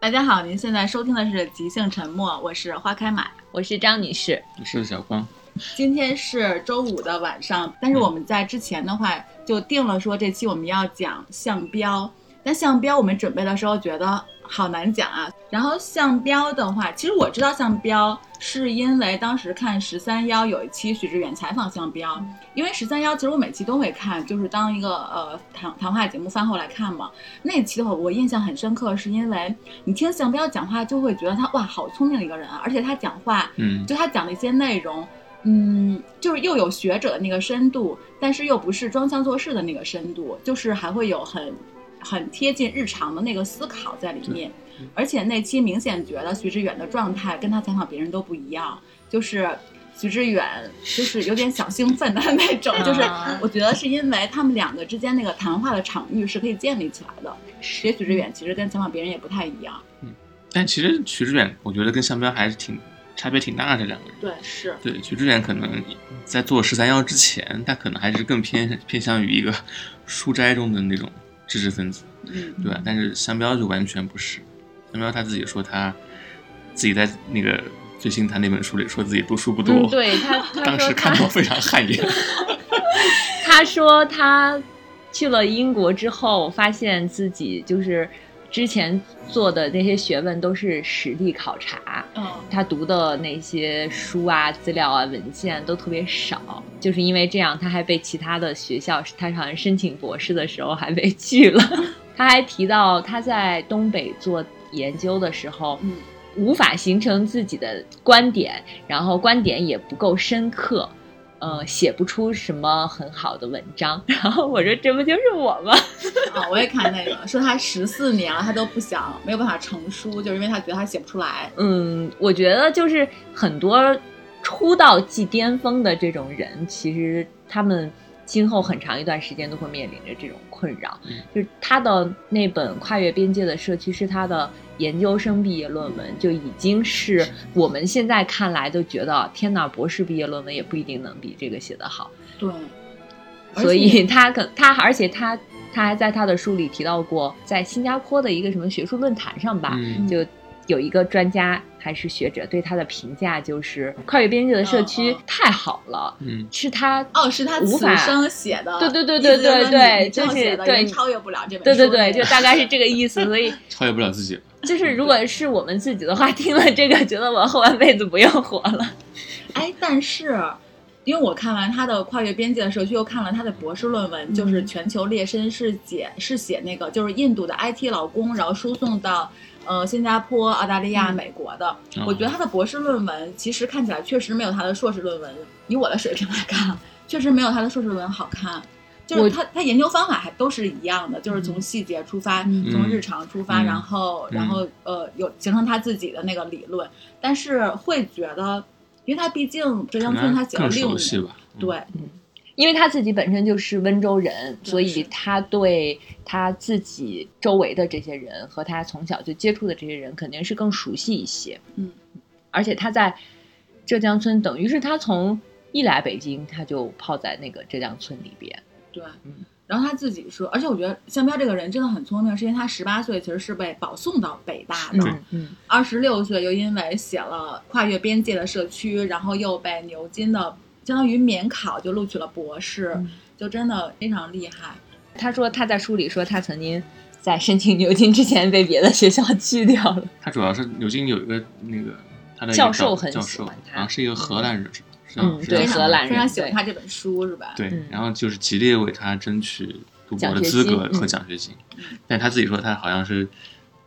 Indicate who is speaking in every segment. Speaker 1: 大家好，您现在收听的是《即兴沉默》，我是花开满。
Speaker 2: 我是张女士，
Speaker 3: 我是小光，
Speaker 1: 今天是周五的晚上，但是我们在之前的话就定了说这期我们要讲项标。但项标我们准备的时候觉得好难讲啊。然后项标的话，其实我知道项标是因为当时看十三幺有一期许志远采访项标，因为十三幺其实我每期都会看，就是当一个呃谈谈话节目饭后来看嘛。那期的话我印象很深刻，是因为你听项标讲话就会觉得他哇好聪明的一个人啊，而且他讲话。
Speaker 3: 嗯，
Speaker 1: 就他讲的一些内容，嗯，就是又有学者的那个深度，但是又不是装腔作势的那个深度，就是还会有很很贴近日常的那个思考在里面。而且那期明显觉得徐志远的状态跟他采访别人都不一样，就是徐志远 就是有点小兴奋的那 种，就是
Speaker 2: 啊
Speaker 1: 我觉得是因为他们两个之间那个谈话的场域是可以建立起来的。所以徐志远其实跟采访别人也不太一样。
Speaker 3: 但其实许志远，我觉得跟项彪还是挺差别挺大的两个人。
Speaker 1: 对，是
Speaker 3: 对，许志远可能在做十三幺之前，他可能还是更偏偏向于一个书斋中的那种知识分子，
Speaker 1: 嗯，
Speaker 3: 对吧？但是项彪就完全不是，项彪他自己说他自己在那个最新他那本书里说自己读书不多，
Speaker 2: 嗯，对他，他
Speaker 3: 当
Speaker 2: 说
Speaker 3: 时看到
Speaker 2: 他，
Speaker 3: 非常汗颜。
Speaker 2: 他说他去了英国之后，发现自己就是之前做的那些学问都是实地考察，
Speaker 1: 嗯。
Speaker 2: 他读的那些书啊、资料啊、文献都特别少，就是因为这样，他还被其他的学校，他好像申请博士的时候还被拒了。 他还提到他在东北做研究的时候，
Speaker 1: 嗯
Speaker 2: 无法形成自己的观点，然后观点也不够深刻。呃，写不出什么很好的文章，然后我说这不就是我吗？
Speaker 1: 啊、我也看那个，说他十四年了，他都不想没有办法成书，就是因为他觉得他写不出来。
Speaker 2: 嗯，我觉得就是很多出道即巅峰的这种人，其实他们今后很长一段时间都会面临着这种困扰。
Speaker 3: 嗯
Speaker 2: 就是他的那本《跨越边界的社区》是他的研究生毕业论文，就已经是我们现在看来都觉得天哪，博士毕业论文也不一定能比这个写得好。
Speaker 1: 对，而
Speaker 2: 所
Speaker 1: 且
Speaker 2: 以 他可他，而且他他还在他的书里提到过，在新加坡的一个什么学术论坛上吧，
Speaker 3: 嗯
Speaker 2: 就有一个专家还是学者对他的评价就是《跨越边界的社区
Speaker 1: 嗯嗯》
Speaker 2: 太好了，
Speaker 3: 嗯，
Speaker 2: 是他
Speaker 1: 哦，是他
Speaker 2: 无
Speaker 1: 此
Speaker 2: 法
Speaker 1: 生写的，
Speaker 2: 对对对
Speaker 1: 意思
Speaker 2: 对
Speaker 1: 就是说
Speaker 2: 对
Speaker 1: 你你这样
Speaker 2: 对就是
Speaker 1: 写的
Speaker 2: 对
Speaker 1: 也超越不了这本
Speaker 2: 对
Speaker 1: 书
Speaker 2: 对
Speaker 1: 的
Speaker 2: 对，
Speaker 1: 内容。
Speaker 2: 就大概是这个意思。所以
Speaker 3: 超越不了自己。
Speaker 2: 就是如果是我们自己的话， 听了这个觉得我后半辈子不用活了。
Speaker 1: 哎，但是。因为我看完他的《跨越边界的社区》，又看了他的博士论文，就是
Speaker 2: 嗯
Speaker 1: 全球劣绅是解是写那个就是印度的 IT 老公，然后输送到呃新加坡、澳大利亚、
Speaker 2: 嗯
Speaker 1: 美国的。
Speaker 3: 啊
Speaker 1: 我觉得他的博士论文其实看起来确实没有他的硕士论文，以我的水平来看，确实没有他的硕士论文好看。就是
Speaker 2: 我
Speaker 1: 他他研究方法还都是一样的，就是从细节出发，
Speaker 2: 嗯
Speaker 1: 从日常出发，
Speaker 3: 嗯
Speaker 1: 然后然后呃有形成他自己的那个理论，但是会觉得，因为他毕竟浙江
Speaker 3: 可
Speaker 1: 村
Speaker 3: 能
Speaker 1: 他写了
Speaker 3: 更
Speaker 1: 六
Speaker 3: 熟悉
Speaker 1: 年，
Speaker 3: 吧。嗯，
Speaker 1: 对，
Speaker 2: 因为他自己本身就是温州人，
Speaker 1: 对
Speaker 2: 所
Speaker 1: 是
Speaker 2: 以他对他自己周围的这些人和他从小就接触的这些人肯定是更熟悉一些。
Speaker 1: 嗯，
Speaker 2: 而且他在浙江村，等于是他从一来北京他就泡在那个浙江村里边。
Speaker 1: 对
Speaker 2: 嗯。
Speaker 1: 然后他自己说，而且我觉得向彪这个人真的很聪明，是因为他十八岁其实是被保送到北大的，
Speaker 3: 对
Speaker 2: 嗯嗯，
Speaker 1: 二十六岁又因为写了《跨越边界的社区》，然后又被牛津的相当于免考就录取了博士，
Speaker 2: 嗯
Speaker 1: 就真的非常厉害。
Speaker 2: 他说他在书里说他曾经在申请牛津之前被别的学校拒掉了。
Speaker 3: 他主要是牛津有一个那个他的一个
Speaker 2: 教授很
Speaker 3: 教
Speaker 2: 喜
Speaker 3: 授，
Speaker 2: 欢
Speaker 3: 好
Speaker 2: 他
Speaker 3: 像是一个荷兰人，是吧？是
Speaker 2: 嗯
Speaker 3: 吧是
Speaker 2: 对
Speaker 1: 非
Speaker 3: 一个
Speaker 1: 常
Speaker 2: 荷兰人
Speaker 1: 非常喜欢
Speaker 2: 对
Speaker 1: 他这本书是吧？
Speaker 3: 对
Speaker 2: 嗯，
Speaker 3: 然后就是极力为他争取读博的
Speaker 2: 奖学
Speaker 3: 资格
Speaker 2: 金
Speaker 3: 和
Speaker 2: 嗯
Speaker 3: 奖学金，但他自己说他好像是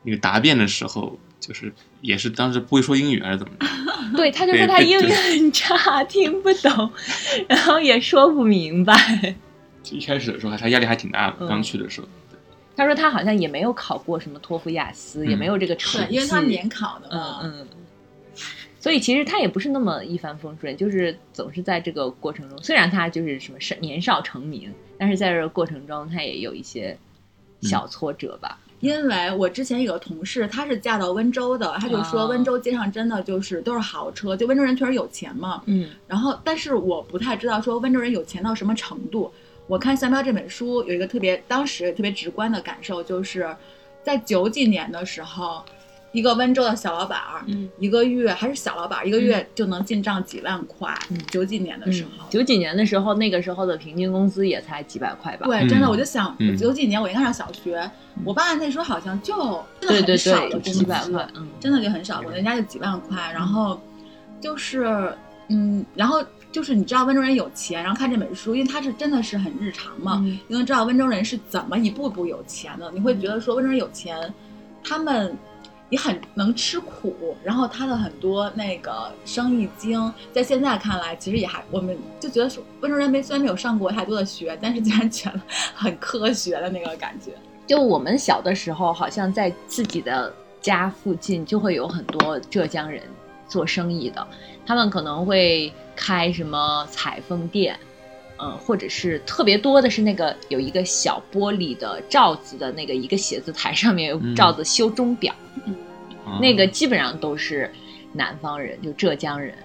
Speaker 3: 那个答辩的时候，就是也是当时不会说英语还是怎么着，
Speaker 2: 对，他就说
Speaker 3: 对
Speaker 2: 他
Speaker 3: 对
Speaker 2: 英语
Speaker 3: 对
Speaker 2: 很 差，听不懂，然后也说不明白。
Speaker 3: 就一开始的时候他压力还挺大的，
Speaker 2: 嗯
Speaker 3: 刚去的时候，
Speaker 2: 他说他好像也没有考过什么托福、雅思，
Speaker 3: 嗯
Speaker 2: 也没有这个成
Speaker 1: 对，
Speaker 2: 绩。
Speaker 1: 因为他免考的
Speaker 2: 嗯
Speaker 1: 嘛。
Speaker 2: 嗯，所以其实他也不是那么一帆风顺，就是总是在这个过程中，虽然他就是什么是年少成名，但是在这个过程中他也有一些小挫折吧。
Speaker 1: 因为我之前有个同事，她是嫁到温州的，她就说
Speaker 2: 哦
Speaker 1: 温州街上真的就是都是豪车，就温州人确实有钱嘛。
Speaker 2: 嗯
Speaker 1: 然后，但是我不太知道说温州人有钱到什么程度。我看《三标》这本书有一个特别当时特别直观的感受，就是在九几年的时候，一个温州的小老板儿，
Speaker 2: 嗯
Speaker 1: 一个月还是小老板儿，一个月就能进账几万块。
Speaker 2: 嗯
Speaker 1: 九几年的时候，
Speaker 2: 九几年的时候，那个时候的平均工资也才几百块吧？
Speaker 1: 对，真的
Speaker 3: 嗯
Speaker 1: 我就想，
Speaker 3: 嗯
Speaker 1: 九几年我应该上小学，我爸那时候好像就真的
Speaker 2: 嗯对
Speaker 1: 很
Speaker 2: 对
Speaker 1: 少的
Speaker 2: 对，
Speaker 1: 工
Speaker 2: 几
Speaker 1: 资，
Speaker 2: 百块，嗯，
Speaker 1: 真的就很少，我人家就几万块，然后就是嗯，然后就是你知道温州人有钱，然后看这本书，因为它是真的是很日常嘛，
Speaker 2: 嗯
Speaker 1: 你能知道温州人是怎么一步步有钱的，你会觉得说温州人有钱，他们也很能吃苦，然后他的很多那个生意经，在现在看来，其实也还我们就觉得说温州人没虽然没有上过太多的学，但是竟然觉得很科学的那个感觉。
Speaker 2: 就我们小的时候，好像在自己的家附近就会有很多浙江人做生意的，他们可能会开什么裁缝店，嗯、或者是特别多的是那个有一个小玻璃的罩子的那个一个写字台上面有
Speaker 3: 嗯
Speaker 2: 罩子修钟表，
Speaker 3: 啊
Speaker 2: 那个基本上都是南方人，就浙江人。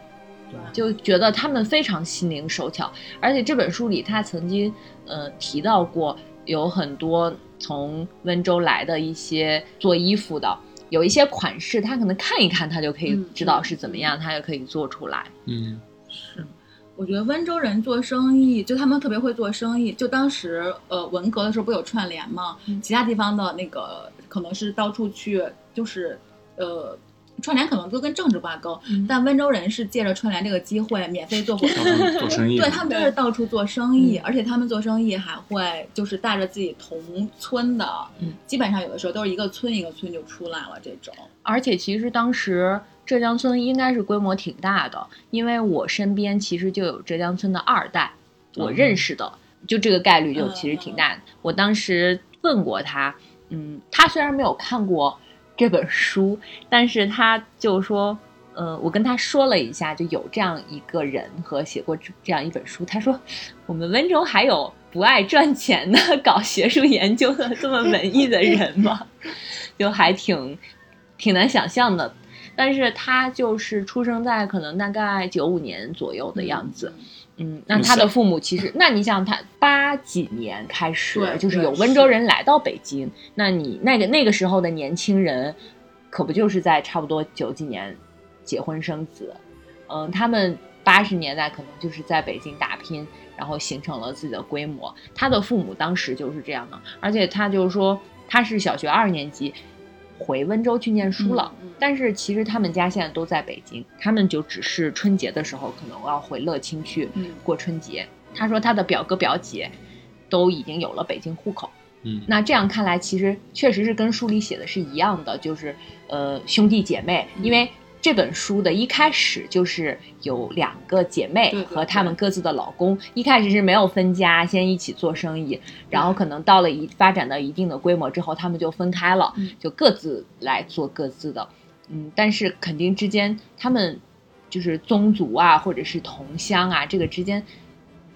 Speaker 1: 对
Speaker 2: 就觉得他们非常心灵手巧，而且这本书里他曾经呃提到过，有很多从温州来的一些做衣服的，有一些款式，他可能看一看他就可以
Speaker 1: 嗯
Speaker 2: 知道是怎么样，他就可以做出来。
Speaker 3: 嗯
Speaker 1: 我觉得温州人做生意，就他们特别会做生意。就当时呃文革的时候不有串联吗？
Speaker 2: 嗯
Speaker 1: 其他地方的那个可能是到处去，就是呃串联可能都跟政治挂钩，
Speaker 2: 嗯
Speaker 1: 但温州人是借着串联这个机会免费做火
Speaker 3: 到
Speaker 1: 锅。
Speaker 3: 处嗯做生意，
Speaker 1: 对他们真是
Speaker 2: 对
Speaker 1: 到处做生意，
Speaker 2: 嗯
Speaker 1: 而且他们做生意还会就是带着自己同村的，
Speaker 2: 嗯
Speaker 1: 基本上有的时候都是一个村一个村就出来了这种。
Speaker 2: 而且其实当时浙江村应该是规模挺大的，因为我身边其实就有浙江村的二代，我认识的，就这个概率就其实挺大的。我当时问过他，嗯，他虽然没有看过这本书，但是他就说。呃，我跟他说了一下，就有这样一个人和写过这这样一本书。他说，我们温州还有不爱赚钱的、搞学术研究的这么文艺的人吗？ 就还挺挺难想象的。但是他就是出生在可能大概九五年左右的样子，嗯，那
Speaker 3: 很
Speaker 2: 他的
Speaker 3: 小
Speaker 2: 父母其实，那你想他八几年开始
Speaker 1: 对，
Speaker 2: 就是
Speaker 1: 对
Speaker 2: 有温州人来到北京，那你那个那个时候的年轻人，可不就是在差不多九几年结婚生子，嗯，他们八十年代可能就是在北京打拼，然后形成了自己的规模。他的父母当时就是这样的，而且他就是说他是小学二年级回温州去念书了，
Speaker 1: 嗯嗯
Speaker 2: 但是其实他们家现在都在北京，他们就只是春节的时候可能要回乐清去
Speaker 1: 嗯
Speaker 2: 过春节。他说他的表哥表姐都已经有了北京户口。
Speaker 3: 嗯，
Speaker 2: 那这样看来，其实确实是跟书里写的是一样的，就是呃兄弟姐妹，
Speaker 1: 嗯
Speaker 2: 因为这本书的一开始就是有两个姐妹
Speaker 1: 对对
Speaker 2: 和她们各自的老公，一开始是没有分家，先一起做生意，然后可能到了一发展到一定的规模之后，他们就分开了
Speaker 1: 嗯，
Speaker 2: 就各自来做各自的，嗯，但是肯定之间他们就是宗族啊，或者是同乡啊，这个之间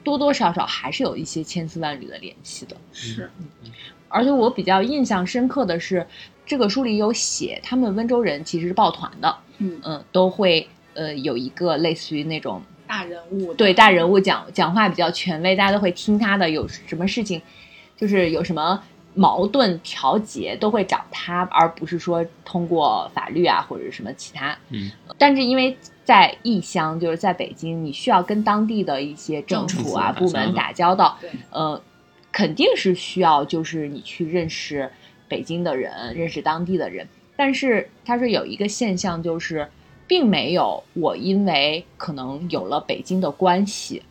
Speaker 2: 多多少少还是有一些千丝万缕的联系的。
Speaker 1: 是
Speaker 2: 而且我比较印象深刻的是，这个书里有写，他们温州人其实是抱团的，
Speaker 1: 嗯
Speaker 2: 嗯，都会呃有一个类似于那种
Speaker 1: 大人物
Speaker 2: 对大人
Speaker 1: 物
Speaker 2: 物讲讲话比较权威，大家都会听他的，有什么事情就是有什么矛盾调节都会找他，而不是说通过法律啊或者什么其他。
Speaker 3: 嗯，
Speaker 2: 但是因为在异乡，就是在北京，你需要跟当地的一些政
Speaker 1: 政
Speaker 2: 府
Speaker 3: 府
Speaker 2: 啊
Speaker 3: 打
Speaker 2: 部
Speaker 3: 交
Speaker 2: 门
Speaker 3: 道
Speaker 2: 打交道，
Speaker 1: 对
Speaker 2: 呃，肯定是需要就是你去认识北京的人，认识当地的人。但是他说有一个现象就是，并没有我因为可能有了北京的关系，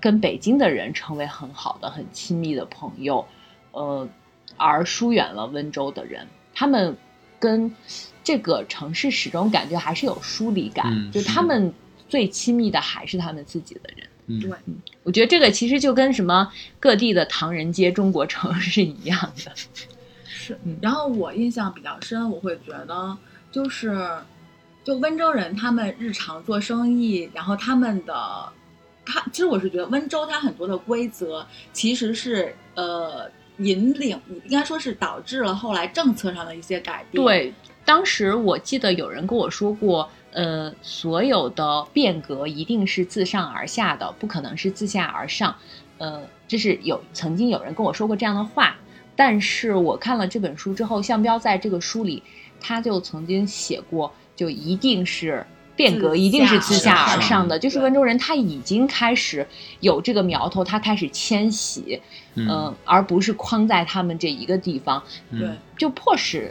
Speaker 2: 跟北京的人成为很好的、很亲密的朋友，呃，而疏远了温州的人。他们跟这个城市始终感觉还是有疏离感，
Speaker 3: 嗯
Speaker 2: 就是他
Speaker 3: 的
Speaker 2: 们最亲密的还是他们自己的人。
Speaker 3: 嗯
Speaker 1: 对
Speaker 2: 我觉得这个其实就跟什么各地的唐人街、中国城是一样的。
Speaker 1: 是
Speaker 2: 嗯，
Speaker 1: 然后我印象比较深，我会觉得就是，就温州人他们日常做生意，然后他们的，他其实我是觉得温州它很多的规则其实是呃引领，应该说是导致了后来政策上的一些改变。，
Speaker 2: 对，当时我记得有人跟我说过，呃，所有的变革一定是自上而下的，不可能是自下而上。呃，这是有曾经有人跟我说过这样的话，但是我看了这本书之后，项彪在这个书里他就曾经写过，就一定是。变革
Speaker 1: 自
Speaker 2: 一定是自
Speaker 3: 下
Speaker 2: 下
Speaker 3: 而
Speaker 2: 而
Speaker 3: 上
Speaker 2: 上的，就是
Speaker 1: 对
Speaker 2: 温州人他已经开始有这个苗头，他开始迁徙，
Speaker 3: 嗯
Speaker 2: 嗯，而不是框在他们这一个地方，
Speaker 1: 对
Speaker 3: 嗯，
Speaker 2: 就迫使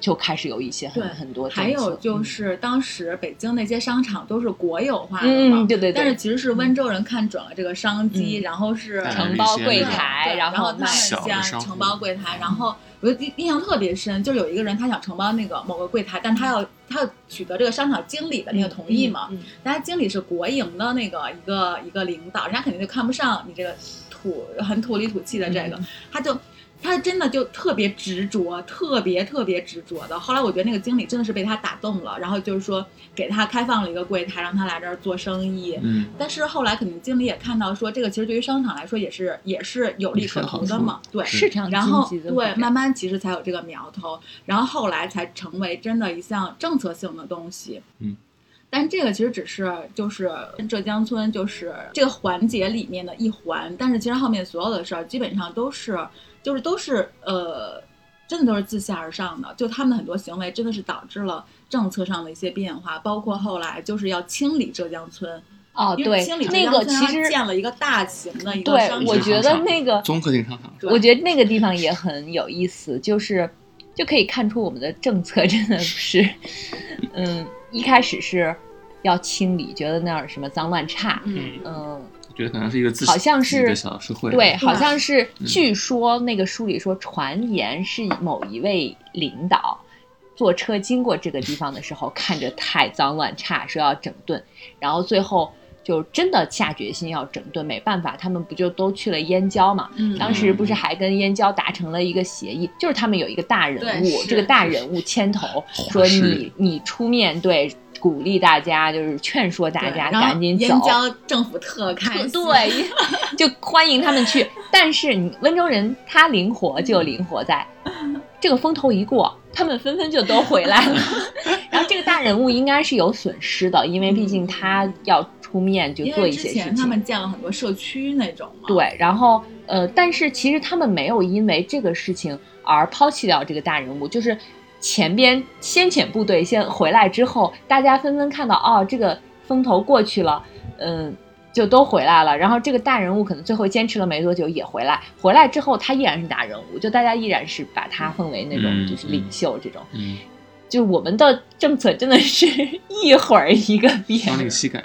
Speaker 2: 就开始有一些很
Speaker 1: 对
Speaker 2: 很多政策。嗯
Speaker 1: 还有就是当时北京那些商场都是国有化的嘛，
Speaker 2: 嗯，对嗯对
Speaker 1: 但是
Speaker 2: 对，
Speaker 1: 其实是温州人看准了这个商机，然后是
Speaker 3: 带来
Speaker 2: 承
Speaker 3: 了
Speaker 2: 包
Speaker 3: 一些
Speaker 2: 柜
Speaker 3: 嗯那种
Speaker 2: 台，
Speaker 1: 对
Speaker 2: 然
Speaker 1: 然
Speaker 2: 后
Speaker 1: 他
Speaker 2: 卖
Speaker 1: 们
Speaker 3: 小的商
Speaker 1: 先
Speaker 3: 户
Speaker 1: 承包柜台，然后我就印印象特别深，就是有一个人他想承包那个某个柜台，但他要他要取得这个商场经理的那个同意嘛，
Speaker 2: 嗯嗯
Speaker 1: 但他经理是国营的那个一个一个领导，人家肯定就看不上你这个土很土里土气的这个，
Speaker 2: 嗯
Speaker 1: 他就。他真的就特别执着，特别特别执着的。后来我觉得那个经理真的是被他打动了，然后就是说给他开放了一个柜台，让他来这儿做生意。
Speaker 3: 嗯，
Speaker 1: 但是后来肯定经理也看到说，这个其实对于商场来说也是也是有利可图的嘛，对。
Speaker 2: 市场
Speaker 1: 然后
Speaker 2: 经济的
Speaker 1: 对，
Speaker 2: 发展
Speaker 1: 慢慢其实才有这个苗头，然后后来才成为真的一项政策性的东西。
Speaker 3: 嗯，
Speaker 1: 但这个其实只是就是浙江村就是这个环节里面的一环，但是其实后面所有的事儿基本上都是就是都是呃，真的都是自下而上的，就他们的很多行为真的是导致了政策上的一些变化，包括后来就是要清理浙江村。
Speaker 2: 哦
Speaker 1: 因为
Speaker 2: 对
Speaker 1: 清理，
Speaker 2: 那
Speaker 1: 浙江
Speaker 2: 个
Speaker 1: 村
Speaker 2: 其
Speaker 1: 它
Speaker 2: 实
Speaker 1: 建了一个大型的一个
Speaker 2: 对
Speaker 1: 商，
Speaker 2: 我
Speaker 1: 场
Speaker 2: 觉得那个
Speaker 3: 综合性商场，
Speaker 1: 对
Speaker 2: 我觉得那个地方也很有意思，就是就可以看出我们的政策真的是，嗯，一开始是要清理，觉得那儿什么脏乱差，
Speaker 1: 嗯，
Speaker 2: 嗯，
Speaker 3: 我觉得可能是一个自
Speaker 2: 好像是
Speaker 3: 自己的小社会，
Speaker 2: 对，好
Speaker 1: 对
Speaker 2: 像是
Speaker 3: 嗯
Speaker 2: 据说那个书里说，传言是某一位领导。坐车经过这个地方的时候，看着太脏乱差，说要整顿，然后最后就真的下决心要整顿。没办法，他们不就都去了燕郊嘛？
Speaker 1: 嗯
Speaker 2: 当时不是还跟燕郊达成了一个协议，就是他们有一个大人
Speaker 1: 对
Speaker 2: 物，
Speaker 1: 是
Speaker 2: 这个大人物牵头
Speaker 3: 黄
Speaker 2: 说
Speaker 3: 世
Speaker 2: 你你出面对鼓励大家，就是劝说大家
Speaker 1: 对然后
Speaker 2: 赶紧走
Speaker 1: 燕。郊政府特开心，
Speaker 2: 对，就欢迎他们去。但是你温州人他灵活就灵 活在，这个风头一过，他们纷纷就都回来 了。然后这个大人物应该是有损失的，因为毕竟他要出面就
Speaker 1: 嗯因
Speaker 2: 做
Speaker 1: 为
Speaker 2: 一
Speaker 1: 之
Speaker 2: 些事
Speaker 1: 前
Speaker 2: 情。
Speaker 1: 他们建了很多社区那种嘛，，
Speaker 2: 对，然后呃，但是其实他们没有因为这个事情而抛弃掉这个大人物，就是前边先遣部队先回来之后，大家纷纷看到哦，这个风头过去了，嗯、就都回来了。然后这个大人物可能最后坚持了没多久也回来，回来之后他依然是大人物，就大家依然是把他奉为那种
Speaker 3: 嗯
Speaker 2: 就是领
Speaker 3: 嗯
Speaker 2: 袖这种。
Speaker 3: 嗯，
Speaker 2: 就是我们的政策真的是 一会儿一个 变，
Speaker 3: 当令膝盖，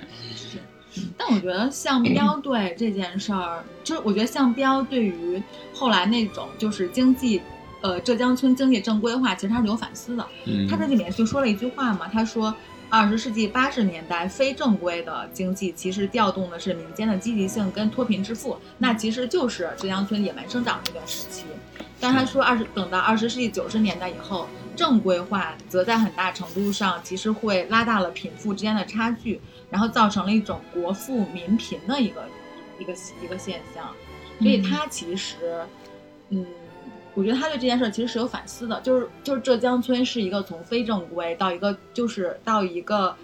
Speaker 1: 但我觉得项 标对这件事儿，就是我觉得项标对于后来那种就是经济，呃，浙江村经济正规化，其实它是有反思的。
Speaker 3: 嗯，
Speaker 1: 他在里面就说了一句话嘛，他说。二十世纪八十年代，非正规的经济其实调动的是民间的积极性跟脱贫致富，那其实就是浙江村野蛮生长那段时期。但他说二十等到二十世纪九十年代以后，正规化则在很大程度上其实会拉大了贫富之间的差距，然后造成了一种国富民贫的一个一个一个现象。所以他其实，嗯，我觉得他对这件事儿其实是有反思的，就是就是浙江村是一个从非正规到一个就是到一个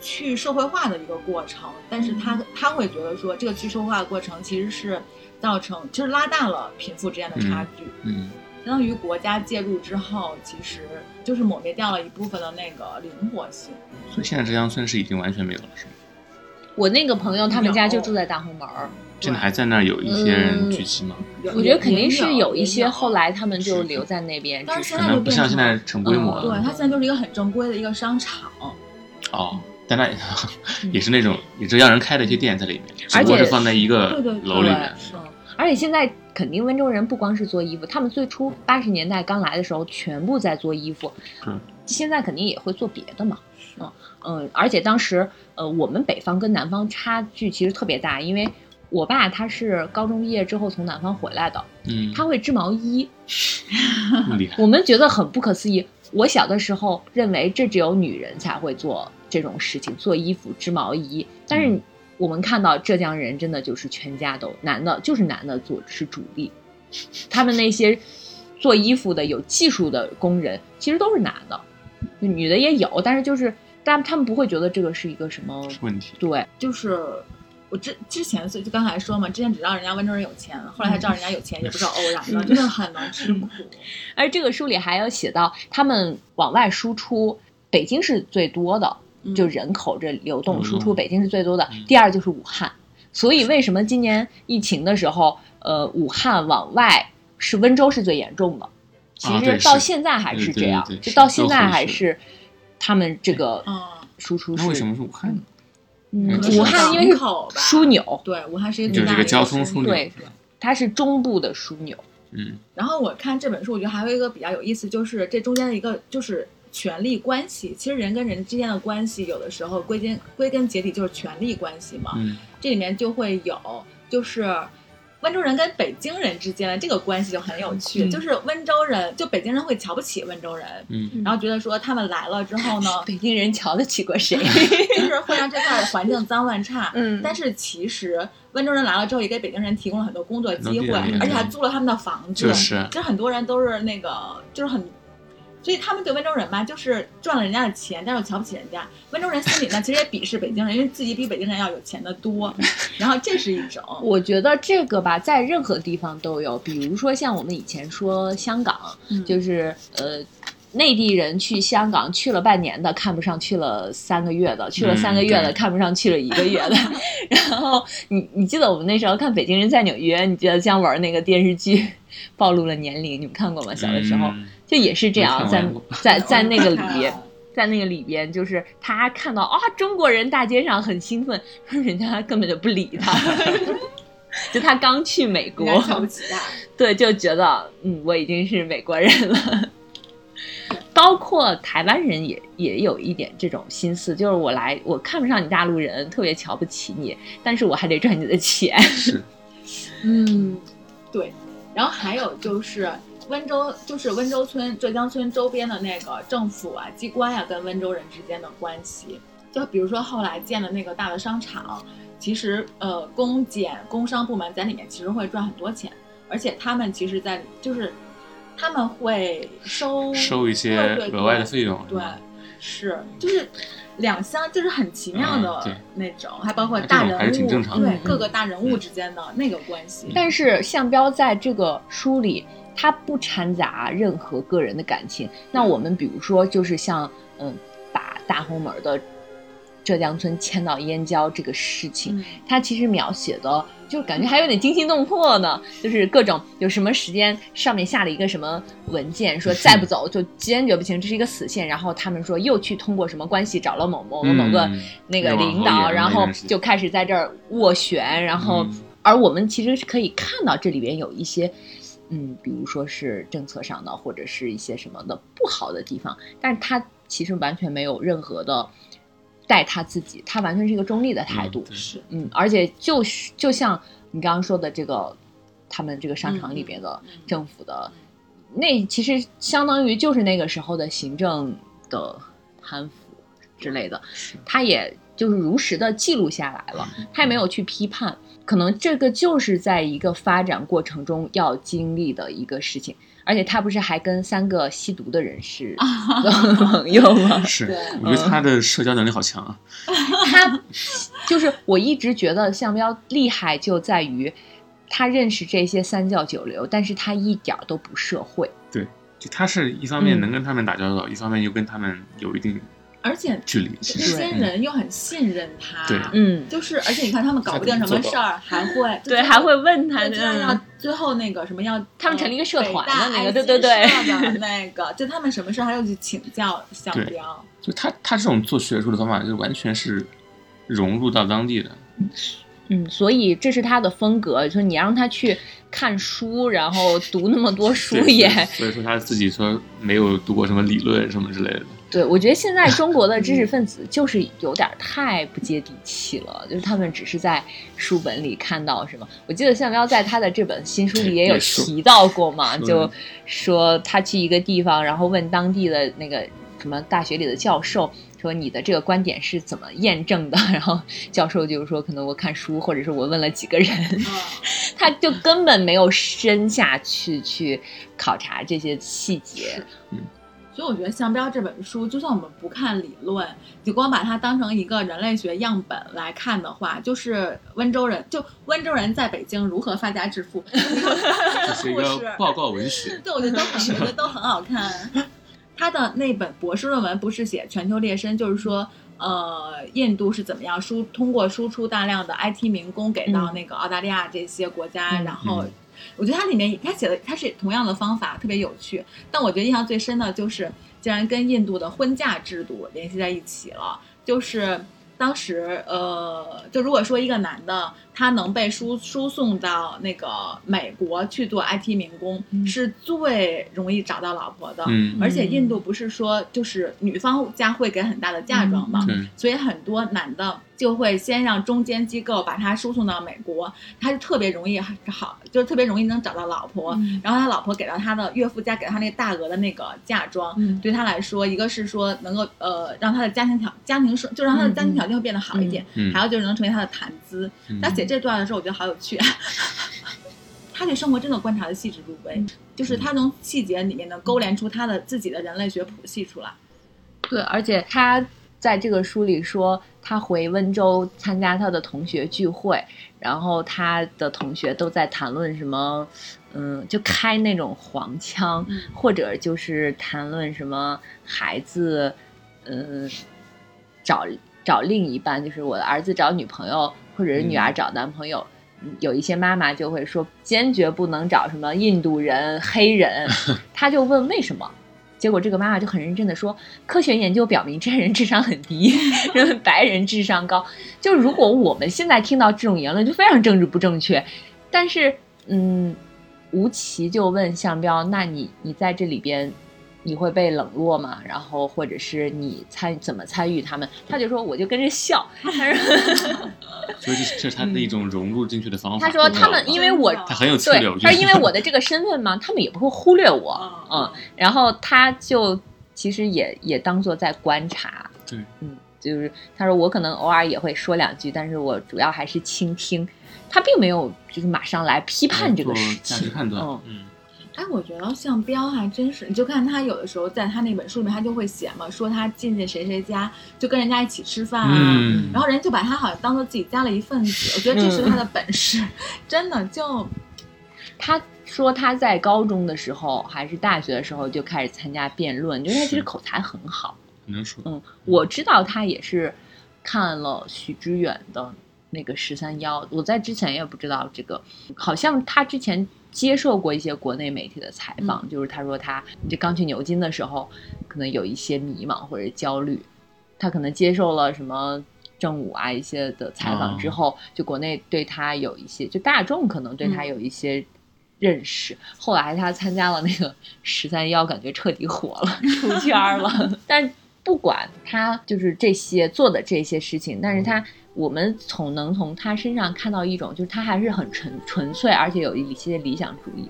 Speaker 1: 去社会化的一个过程，但是他
Speaker 3: 嗯
Speaker 1: 他会觉得说这个去社会化的过程其实是造成就是拉大了贫富之间的差距，
Speaker 3: 嗯，
Speaker 1: 相当于国家介入之后，其实就是抹灭掉了一部分的那个灵活性。
Speaker 3: 所以现在浙江村是已经完全没有了，是吗？
Speaker 2: 我那个朋友他们家就住在大红门儿。
Speaker 3: 现在还在那儿有一些人
Speaker 2: 嗯
Speaker 3: 聚集吗？
Speaker 1: 有
Speaker 2: 我觉得肯定是
Speaker 1: 也有
Speaker 2: 有一些
Speaker 1: 也有
Speaker 2: 后来他们
Speaker 3: 是
Speaker 2: 就是留在那边，
Speaker 1: 但
Speaker 2: 只
Speaker 1: 是现
Speaker 2: 是
Speaker 3: 可
Speaker 1: 在就
Speaker 3: 能不像
Speaker 1: 变
Speaker 3: 现
Speaker 1: 成
Speaker 3: 在成规模
Speaker 2: 嗯
Speaker 1: 对
Speaker 3: 了
Speaker 1: 它现在就是一个很正规的一个商场。
Speaker 3: 哦，但那 也是那种也浙江人开的一些店在里面，只
Speaker 2: 嗯而
Speaker 3: 不过
Speaker 2: 且
Speaker 3: 是放在一个
Speaker 1: 对对对
Speaker 3: 楼里面，
Speaker 1: 是
Speaker 2: 而且现在肯定温州人不光是做衣服，他们最初八十年代刚来的时候全部在做衣服，
Speaker 3: 是
Speaker 2: 现在肯定也会做别的嘛，嗯嗯，而且当时呃我们北方跟南方差距其实特别大，因为我爸他是高中毕业之后从南方回来的，
Speaker 3: 嗯，
Speaker 2: 他会织毛衣，
Speaker 3: 这么厉害，
Speaker 2: 我们觉得很不可思议。我小的时候认为这只有女人才会做这种事情，做衣服、织毛衣。但是
Speaker 3: 嗯
Speaker 2: 我们看到浙江人真的就是全家都男的，就是男的做是主力。他们那些做衣服的有技术的工人，其实都是男的，女的也有，但是就是但他们不会觉得这个是一个什么
Speaker 3: 是问题，
Speaker 2: 对，
Speaker 1: 就是我我之之前所以就刚才说嘛，之前只知道人家温州人有钱，后来才知道人家有钱也不知
Speaker 3: 嗯
Speaker 1: 道欧然了，真的很能吃苦。
Speaker 2: 而这个书里还有写到，他们往外输出，北京是最多的，
Speaker 1: 嗯
Speaker 2: 就人口这流动输出，
Speaker 3: 嗯
Speaker 2: 北京是最多的
Speaker 3: 嗯，
Speaker 2: 第二就是武汉。所以为什么今年疫情的时候，呃，武汉往外是温州是最严重的，其
Speaker 3: 啊
Speaker 2: 实
Speaker 3: 对
Speaker 2: 到
Speaker 3: 是
Speaker 2: 现在还
Speaker 3: 对
Speaker 2: 是
Speaker 3: 对
Speaker 2: 这样，
Speaker 3: 对对
Speaker 2: 就是到现
Speaker 3: 到
Speaker 2: 在
Speaker 3: 后
Speaker 2: 还
Speaker 3: 是哎
Speaker 2: 是他们这个
Speaker 1: 嗯，
Speaker 2: 输出
Speaker 3: 那
Speaker 2: 是
Speaker 3: 为什么是武汉呢？
Speaker 2: 嗯
Speaker 3: 可能是
Speaker 2: 武汉因为
Speaker 1: 港
Speaker 2: 是
Speaker 1: 口吧
Speaker 2: 枢纽，
Speaker 1: 对，武汉是一个
Speaker 3: 就
Speaker 1: 最
Speaker 3: 是
Speaker 1: 大的
Speaker 3: 这个
Speaker 1: 一
Speaker 3: 交通枢
Speaker 1: 城市
Speaker 3: 纽
Speaker 2: 对。它是中部的枢纽，
Speaker 3: 嗯，
Speaker 1: 然后我看这本书，我觉得还有一个比较有意思，就是这中间的一个就是权力关系。其实人跟人之间的关系，有的时候归根归根结底就是权力关系嘛。
Speaker 3: 嗯，
Speaker 1: 这里面就会有就是。温州人跟北京人之间的这个关系就很有趣，
Speaker 2: 嗯，
Speaker 1: 就是温州人，就北京人会瞧不起温州人，
Speaker 3: 嗯，
Speaker 1: 然后觉得说他们来了之后呢
Speaker 2: 北京人瞧得起过谁？
Speaker 1: 就是会让这块环境脏乱差。
Speaker 2: 嗯
Speaker 1: 但是其实温州人来了之后，也给北京人提供了很多工作机
Speaker 3: 能
Speaker 1: 会
Speaker 3: 力啊能力，啊
Speaker 1: 而且还租了他们的房子。
Speaker 3: 就是
Speaker 1: 其实很多人都是那个，就是很，所以他们对温州人吧，就是赚了人家的钱，但是又瞧不起人家。温州人心里呢，其实也鄙视北京人，因为自己比北京人要有钱的多。然后这是一种，
Speaker 2: 我觉得这个吧，在任何地方都有，比如说像我们以前说香港，
Speaker 1: 嗯
Speaker 2: 就是呃。内地人去香港去了半年的，看不上去了三个月的，去了三个月的，
Speaker 3: 嗯对
Speaker 2: 看不上去了一个月的。 然后你你记得我们那时候看《北京人在纽约》，你觉得姜文那个电视剧暴露了年龄，你们看过吗？小的时候、
Speaker 3: 嗯
Speaker 2: 就也是这样，
Speaker 3: 没
Speaker 2: 在
Speaker 3: 看过
Speaker 2: 在在那个里边，
Speaker 1: 啊
Speaker 2: 在那个里边，就是他看到啊、中国人大街上很兴奋，人家根本就不理他， 就他刚去美
Speaker 1: 人家瞧
Speaker 2: 国
Speaker 1: 不，起他。
Speaker 2: 对，就觉得嗯，我已经是美国人了。 包括台湾人也也有一点这种心思，就是我来我看不上你大陆人，特别瞧不起你，但是我还得赚你的钱。
Speaker 3: 是，
Speaker 1: 嗯，对。然后还有就是温州，就是温州村、浙江村周边的那个政府啊、机关呀、跟温州人之间的关系。就比如说后来建的那个大的商场，其实呃，公检、工商部门在里面其实会赚很多钱，而且他们其实在就是他们会收
Speaker 2: 嗯
Speaker 3: 收一些
Speaker 1: 对对对
Speaker 3: 额外的费用，
Speaker 1: 对，是就是两相就是很奇妙
Speaker 3: 嗯对
Speaker 1: 的那种，还包括大人
Speaker 3: 这
Speaker 1: 物
Speaker 3: 种还是挺正常
Speaker 2: 的
Speaker 1: 对
Speaker 2: 嗯
Speaker 1: 各个大人物之间的那个关系。
Speaker 3: 嗯
Speaker 2: 但是项彪在这个书里，他不掺杂任何个人的感情。那我们比如说，就是像嗯，把大红门的浙江村迁到燕郊这个事情，
Speaker 1: 嗯
Speaker 2: 他其实描写的。就感觉还有点惊心动魄呢，就是各种有什么时间上面下了一个什么文件，说再不走就坚决不行，这是一个死线。然后他们说又去通过什么关系找了某某某某个
Speaker 3: 嗯
Speaker 2: 那个
Speaker 3: 又往
Speaker 2: 领
Speaker 3: 后
Speaker 2: 导，
Speaker 3: 延
Speaker 2: 然
Speaker 3: 了一
Speaker 2: 后
Speaker 3: 段时间
Speaker 2: 就开始在这儿斡旋，然后、
Speaker 3: 嗯
Speaker 2: 而我们其实是可以看到这里边有一些，嗯，比如说是政策上的或者是一些什么的不好的地方，但是他其实完全没有任何的带他自己，他完全是一个中立的态度
Speaker 3: 嗯，对
Speaker 1: 是
Speaker 2: 嗯而且就是就像你刚刚说的这个，他们这个商场里边的
Speaker 1: 嗯
Speaker 2: 政府的、那其实相当于就是那个时候的行政的贪腐之类的，
Speaker 3: 是
Speaker 2: 他也就是如实的记录下来
Speaker 3: 嗯
Speaker 2: 了，他也没有去批判。可能这个就是在一个发展过程中要经历的一个事情，而且他不是还跟三个吸毒的人 是朋友吗？
Speaker 3: 是
Speaker 1: 对，
Speaker 3: 我觉
Speaker 2: 嗯
Speaker 3: 得他的社交能力好强啊，
Speaker 2: 他就是我一直觉得项彪厉害就在于他认识这些三教九流，但是他一点儿都不社会。
Speaker 3: 就他是一方面
Speaker 2: 嗯
Speaker 3: 能跟他们打交道，一方面又跟他们有一定
Speaker 1: 而且
Speaker 3: 距离，其
Speaker 1: 那
Speaker 3: 实嗯
Speaker 1: 些人又很信任他，
Speaker 3: 对
Speaker 2: 嗯，
Speaker 1: 就是而且你看他们搞不定什么事儿，还会
Speaker 2: 对，还会问他
Speaker 1: 对，就像要
Speaker 2: 嗯
Speaker 1: 最后那个什么要
Speaker 2: 他们成立一个社团的
Speaker 1: 呃
Speaker 2: 那个
Speaker 1: 北大
Speaker 2: 对对对
Speaker 1: IT 社的那个，就他们什么事儿还要去请教项
Speaker 3: 对
Speaker 1: 彪，
Speaker 3: 就他他这种做学术的方法，就完全是融入到当地的，
Speaker 2: 嗯，所以这是他的风格，就是你让他去看书，然后读那么多 书
Speaker 3: 对
Speaker 2: 也，
Speaker 3: 所以说他自己说没有读过什么理论什么之类 的，
Speaker 2: 对我觉得现在中国的知识分子就是有点太不接地气了，就是他们只是在书本里看到什么。我记得项彪在他的这本新书里也有
Speaker 3: 也说
Speaker 2: 提到过嘛，
Speaker 3: 说
Speaker 2: 就说他去一个地方，然后问当地的那个什么大学里的教授。说你的这个观点是怎么验证的？ 然后教授就是说，可能我看书，或者是我问了几个人，
Speaker 1: 嗯，
Speaker 2: 他就根本没有深下去去考察这些细节
Speaker 1: 是。
Speaker 3: 嗯
Speaker 1: 所以我觉得《项标》这本书，就算我们不看理论，你光把它当成一个人类学样本来看的话，就是温州人，就温州人在北京如何发家致富，
Speaker 3: 这
Speaker 1: 这
Speaker 3: 是一
Speaker 1: 故
Speaker 3: 个
Speaker 1: 事，
Speaker 3: 报告文学，
Speaker 1: 对，我觉得都很，我觉得都很好看。他的那本博士论文不是写全球劣绅，就是说，呃，印度是怎么样输通过输出大量的 IT 民工给到
Speaker 2: 嗯
Speaker 1: 那个澳大利亚这些国家，
Speaker 2: 嗯
Speaker 1: 然后
Speaker 3: 嗯
Speaker 1: 我觉得它里面它写的它是同样的方法，特别有趣。但我觉得印象最深的就是，竟然跟印度的婚嫁制度联系在一起了。就是当时呃，就如果说一个男的他能被输输送到那个美国去做 IT 民工，
Speaker 2: 嗯
Speaker 1: 是最容易找到老婆的。
Speaker 3: 嗯，
Speaker 1: 而且印度不是说就是女方家会给很大的嫁妆吗？
Speaker 2: 嗯
Speaker 3: 对，
Speaker 1: 所以很多男的就会先让中间机构把他输送到美国，他就特别容易好，就是特别容易能找到老婆。
Speaker 2: 嗯
Speaker 1: 然后他老婆给到他的岳父家给到他那大额的那个嫁妆，
Speaker 2: 嗯
Speaker 1: 对他来说，一个是说能够呃让他的家庭条家庭顺，就让他
Speaker 2: 嗯
Speaker 1: 的家庭条件会变得好一点，
Speaker 3: 嗯，
Speaker 1: 还有就是能成为他的谈资。
Speaker 3: 嗯
Speaker 1: 他写这段的时候，我觉得好有趣。 他对生活真的观察的细致入微，
Speaker 3: 嗯
Speaker 1: 就是他从细节里面能勾连出他的自己的人类学谱系出来。
Speaker 2: 对，而且他在这个书里说，他回温州参加他的同学聚会，然后他的同学都在谈论什么，嗯，就开那种黄腔，
Speaker 1: 嗯
Speaker 2: 或者就是谈论什么孩子，嗯，找找另一半，就是我的儿子找女朋友，或者是女儿找男朋友。嗯有一些妈妈就会说，坚决不能找什么印度人、黑人。他就问为什么，结果这个妈妈就很认真的说，科学研究表明，这些人智商很低，人们白人智商高。就如果我们现在听到这种言论，就非常政治不正确。但是，嗯，吴奇就问向彪：“那你你在这里边，你会被冷落吗？然后或者是你参怎么参与他们？”他就说：“我就跟着笑。”他说
Speaker 3: 所以这这是他的一种融入进去的方法。
Speaker 2: 嗯他说
Speaker 3: 对吧
Speaker 2: 他们因为我
Speaker 1: 真的
Speaker 3: 他很有策
Speaker 2: 对
Speaker 3: 略，我，觉
Speaker 2: 他
Speaker 3: 得
Speaker 2: 说因为我的这个身份嘛，他们也不会忽略我。
Speaker 1: 啊
Speaker 2: 嗯，然后他就其实也也当做在观察。
Speaker 3: 对，
Speaker 2: 嗯，就是他说我可能偶尔也会说两句，但是我主要还是倾听。他并没有就是马上来批判这个
Speaker 3: 做
Speaker 2: 事
Speaker 3: 价值
Speaker 2: 情，
Speaker 3: 判断
Speaker 2: 嗯，
Speaker 3: 嗯，
Speaker 1: 哎，我觉得像彪还真是，你就看他有的时候在他那本书里面，他就会写嘛，说他进进谁谁家，就跟人家一起吃饭啊，
Speaker 3: 嗯
Speaker 1: 然后人就把他好像当做自己家的一份子，我觉得这是他的本事，真的就
Speaker 2: 他说他在高中的时候还是大学的时候就开始参加辩论，就是他其实
Speaker 3: 是
Speaker 2: 口才很好。
Speaker 3: 很能说，
Speaker 2: 嗯，我知道他也是看了许知远的那个十三幺，我在之前也不知道这个，好像他之前接受过一些国内媒体的采访，就是他说他就刚去牛津的时候，可能有一些迷茫或者焦虑，他可能接受了什么。正午啊，一些的采访之后，就国内对他有一些，就大众可能对他
Speaker 1: 嗯
Speaker 2: 有一些认识。后来他参加了那个十三幺，感觉彻底火 了，出圈儿了。但不管他就是这些做的这些事情，但是
Speaker 3: 嗯
Speaker 2: 他我们从能从他身上看到一种，就是他还是很纯纯粹，而且有一些理想主义。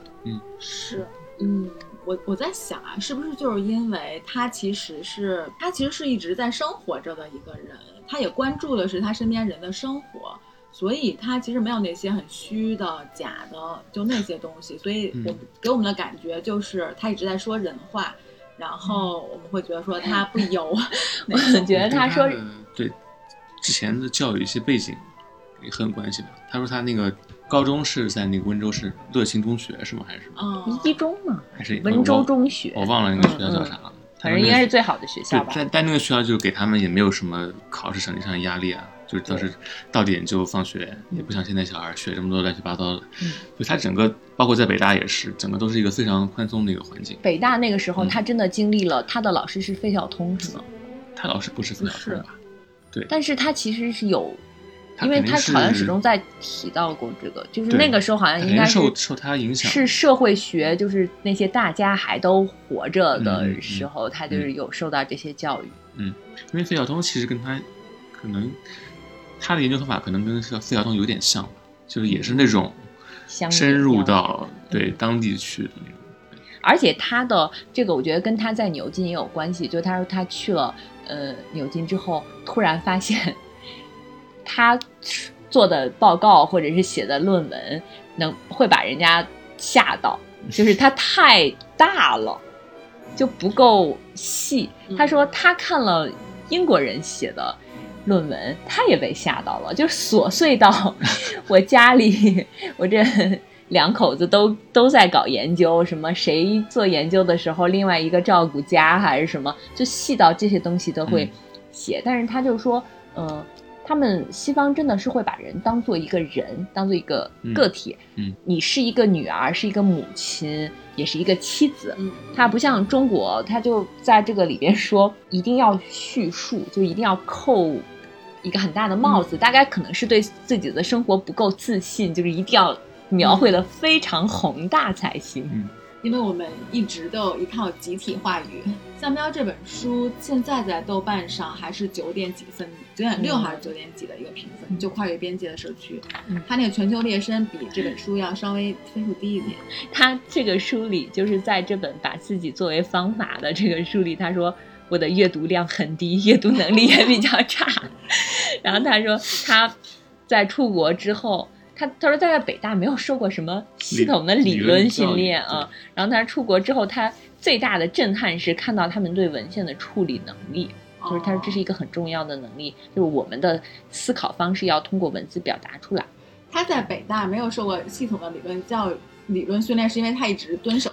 Speaker 1: 是，嗯，我我在想啊，是不是就是因为他其实是他其实是一直在生活着的一个人，他也关注的是他身边人的生活。所以他其实没有那些很虚的、假的，就那些东西。所以我、
Speaker 3: 嗯
Speaker 1: 给我们的感觉就是他一直在说人话，然后我们会觉得说他不油。
Speaker 2: 我 觉得
Speaker 3: 跟
Speaker 2: 他
Speaker 3: 他
Speaker 2: 说
Speaker 3: 的对之前的教育一些背景也很有关系吧。他说他那个高中是在那个温州市乐清中学是吗？还是什么？
Speaker 1: 嗯，
Speaker 2: 一中嘛，
Speaker 3: 还是
Speaker 2: 温州中学，嗯
Speaker 3: 我忘了那个学校叫啥了，
Speaker 2: 反正应该是最好的学
Speaker 3: 对
Speaker 2: 校吧，。
Speaker 3: 但但那个学校就给他们也没有什么考试成绩上的压力啊，就是当时到点就放学，也不像现在小孩学这么多乱七八糟的。
Speaker 2: 嗯
Speaker 3: 就他整个，包括在北大也是，整个都是一个非常宽松的一个环境。
Speaker 2: 北大那个时候，
Speaker 3: 嗯
Speaker 2: 他真的经历了，他的老师是费孝通，是吗？
Speaker 3: 他老师不是分小
Speaker 1: 是
Speaker 3: 通吧？
Speaker 2: 但是他其实是有，
Speaker 3: 他
Speaker 2: 因为
Speaker 3: 肯定
Speaker 2: 他
Speaker 3: 是
Speaker 2: 好像始终在提到过这个，就是
Speaker 3: 对
Speaker 2: 那个时候好像
Speaker 3: 肯
Speaker 2: 应
Speaker 3: 定
Speaker 2: 该是
Speaker 3: 受受他影响，
Speaker 2: 是社会学，就是那些大家还都活
Speaker 3: 嗯
Speaker 2: 着的时候，他就是有受到这些教育。
Speaker 3: 因为费孝通其实跟他可能他的研究方法可能跟费孝通有点像吧，就是也是那种
Speaker 2: 相比
Speaker 3: 深入
Speaker 2: 较
Speaker 3: 到对
Speaker 2: 嗯
Speaker 3: 当地去的那种。
Speaker 2: 而且他的这个，我觉得跟他在牛津也有关系。就他说他去了呃牛津之后，突然发现他做的报告或者是写的论文能会把人家吓到，就是他太大了。就不够细
Speaker 1: 嗯。
Speaker 2: 他说他看了英国人写的论文，他也被吓到了，就是琐碎到 我家里我这。两口子都都在搞研究，什么谁做研究的时候，另外一个照顾家还是什么，就细到这些东西都会
Speaker 3: 嗯
Speaker 2: 写。但是他就说，呃，他们西方真的是会把人当做一个人，当做一个
Speaker 3: 嗯
Speaker 2: 个体。
Speaker 3: 嗯
Speaker 2: 你是一个女儿，是一个母亲，也是一个妻子。
Speaker 1: 嗯，
Speaker 2: 它不像中国，它就在这个里边说一定要叙述，就一定要扣一个很大的帽子，大概可能是对自己的生活不够自信，就是一定要描绘的非常宏大才行。
Speaker 1: 因为我们一直都有一套集体话语。《向标》这本书现在在豆瓣上还是九点几分，九点六
Speaker 2: 嗯
Speaker 1: 还是九点几的一个评分，就跨越边界的社区
Speaker 2: 嗯。
Speaker 1: 它那个全球列申比这本书要稍微分数低一点。
Speaker 2: 他这个书里就是在这本把自己作为方法的这个书里，他说我的阅读量很低，阅读能力也比较差。 然后他说他在出国之后，他他说他在北大没有受过什么系统的理论训练
Speaker 3: 理论
Speaker 2: 啊。然后他出国之后，他最大的震撼是看到他们对文献的处理能力。嗯
Speaker 3: 哦
Speaker 2: 就是
Speaker 1: 哦
Speaker 2: 他说这是一个很重要的能力，就是我们的思考方式要通过文字表达出来。
Speaker 1: 他在北大没有受过系统的理论教育理论训练，是因为他一直蹲 守。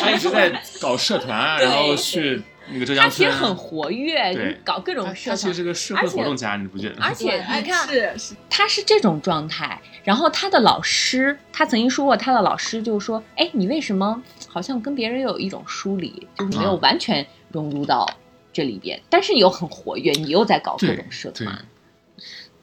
Speaker 3: 他一直在搞社团 啊，
Speaker 2: 对
Speaker 3: 然后去那个浙
Speaker 2: 他
Speaker 3: 江
Speaker 2: 其实
Speaker 3: 村啊，
Speaker 2: 很活跃
Speaker 3: 对，
Speaker 2: 搞各种
Speaker 3: 他
Speaker 2: 社团。
Speaker 3: 他啊其实是个社会活动家，你不觉得？
Speaker 2: 而且
Speaker 1: 对
Speaker 2: 你看
Speaker 1: 是是，
Speaker 2: 他是这种状态。然后他的老师，他曾经说过，他的老师就说：“哎，你为什么好像跟别人有一种疏离，就是没有
Speaker 3: 啊
Speaker 2: 完全融入到这里边，但是你又很活跃，你又在搞各
Speaker 3: 对
Speaker 2: 种社
Speaker 3: 对
Speaker 2: 团。，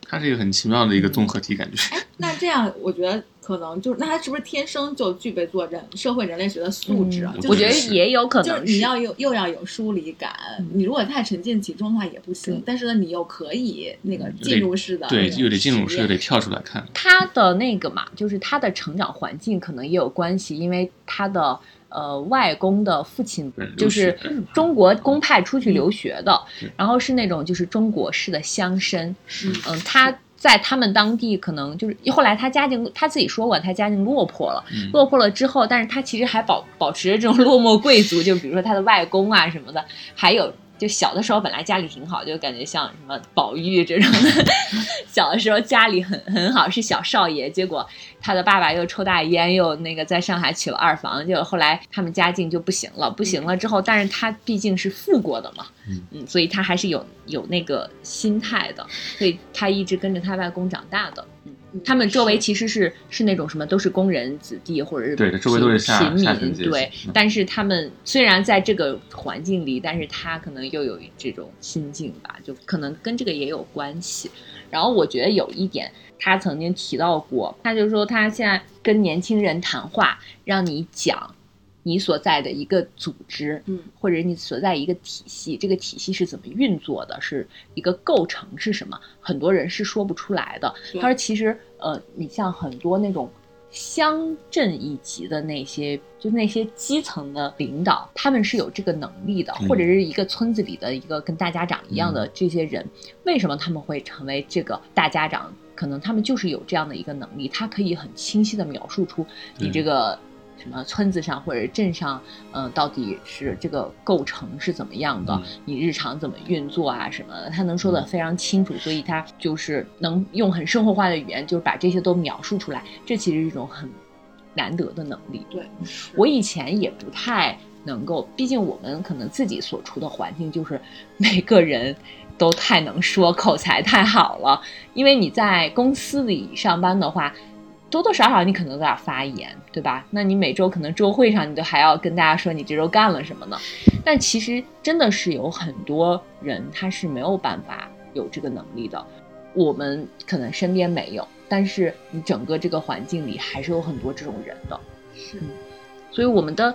Speaker 3: 他是一个很奇妙的一个综合体感
Speaker 2: 哎
Speaker 3: 觉。
Speaker 1: 哎那这样我觉得可能就是，那他是不是天生就具备做人社会人类学的素质啊？
Speaker 2: 嗯
Speaker 1: 就是
Speaker 2: 我觉得
Speaker 3: 是
Speaker 2: 也有可
Speaker 1: 就是
Speaker 2: 能
Speaker 1: 你要有又要有疏离感，
Speaker 2: 嗯
Speaker 1: 你如果太沉浸其中的话也不行
Speaker 2: 对。
Speaker 1: 但是呢，你又可以那个进入式的，
Speaker 3: 对，
Speaker 1: 那
Speaker 3: 又
Speaker 1: 个
Speaker 3: 得进入
Speaker 1: 实
Speaker 3: 式，
Speaker 1: 验
Speaker 3: 又得跳出来看。
Speaker 2: 他的那个嘛，就是他的成长环境可能也有关系，因为他的呃外公的父亲
Speaker 3: 嗯
Speaker 2: 就
Speaker 3: 留
Speaker 2: 是
Speaker 3: 学
Speaker 2: 中国公派出去留学的
Speaker 3: 嗯是，
Speaker 2: 然后是那种就是中国式的乡绅，
Speaker 1: 是
Speaker 2: 嗯，他在他们当地可能就是后来他家境他自己说过他家境落魄了，
Speaker 3: 嗯，
Speaker 2: 落魄了之后，但是他其实还保保持着这种落寞贵族，就比如说他的外公啊什么的，还有就小的时候本来家里挺好，就感觉像什么宝玉这种的， 小的时候家里很很好，是小少爷，结果他的爸爸又抽大烟，又那个在上海娶了二房，结果后来他们家境就不行了，不行了之后，但是他毕竟是富过的嘛，
Speaker 3: 嗯
Speaker 2: 所以他还是有有那个心态的，所以他一直跟着他外公长大的，嗯。
Speaker 1: 嗯
Speaker 2: 他们周围其实是是那种什么都是工人子弟或者是
Speaker 3: 对周围都是下
Speaker 2: 贫
Speaker 3: 下层
Speaker 2: 民，
Speaker 3: 阶级
Speaker 2: 对
Speaker 3: 嗯。
Speaker 2: 但是他们虽然在这个环境里，但是他可能又有这种心境吧，就可能跟这个也有关系。然后我觉得有一点，他曾经提到过，他就说他现在跟年轻人谈话，让你讲你所在的一个组织，
Speaker 1: 嗯，
Speaker 2: 或者你所在一个体系，这个体系是怎么运作的，是一个构成是什么，很多人是说不出来的。
Speaker 1: 对
Speaker 2: 他说，其实呃，你像很多那种乡镇一级的那些，就那些基层的领导，他们是有这个能力的，
Speaker 3: 嗯
Speaker 2: 或者是一个村子里的一个跟大家长一样的这些人，为什么他们会成为这个大家长？可能他们就是有这样的一个能力，他可以很清晰的描述出你
Speaker 3: 对
Speaker 2: 这个什么村子上或者镇上，嗯、到底是这个构成是怎么样的，
Speaker 3: 嗯
Speaker 2: 你日常怎么运作啊什么的，他能说的非常清楚，所以他就是能用很生活化的语言，就是把这些都描述出来，这其实是一种很难得的能力。
Speaker 1: 对，
Speaker 2: 我以前也不太能够，毕竟我们可能自己所处的环境就是 每个人都太能说，口才太好了。因为你在公司里上班的话，多多少少你可能都要发言，对吧？那你每周可能周会上你都还要跟大家说你这周干了什么呢？但其实真的是有很多人他是没有办法有这个能力的，我们可能身边没有，但是你整个这个环境里还是有很多这种人的。
Speaker 1: 是
Speaker 2: 所以我们的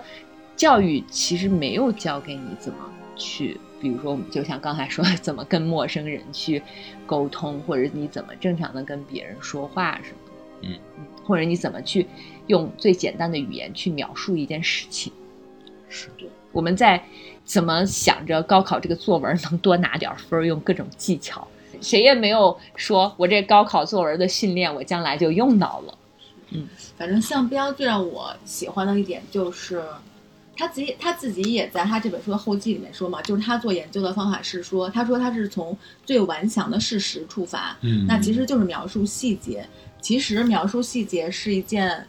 Speaker 2: 教育其实没有教给你怎么去，比如说我们就像刚才说的，怎么跟陌生人去沟通，或者你怎么正常的跟别人说话什么的，
Speaker 3: 嗯
Speaker 2: 或者你怎么去用最简单的语言去描述一件事情。
Speaker 3: 是
Speaker 1: 对，
Speaker 2: 我们在怎么想着高考这个作文能多拿点分儿，用各种技巧。谁也没有说，我这高考作文的训练，我将来就用到了。
Speaker 1: 反正向标最让我喜欢的一点就是，他自己他自己也在他这本书的后记里面说嘛，就是他做研究的方法是说，他说他是从最顽强的事实出发，
Speaker 3: 嗯，
Speaker 1: 那其实就是描述细节。其实描述细节是一件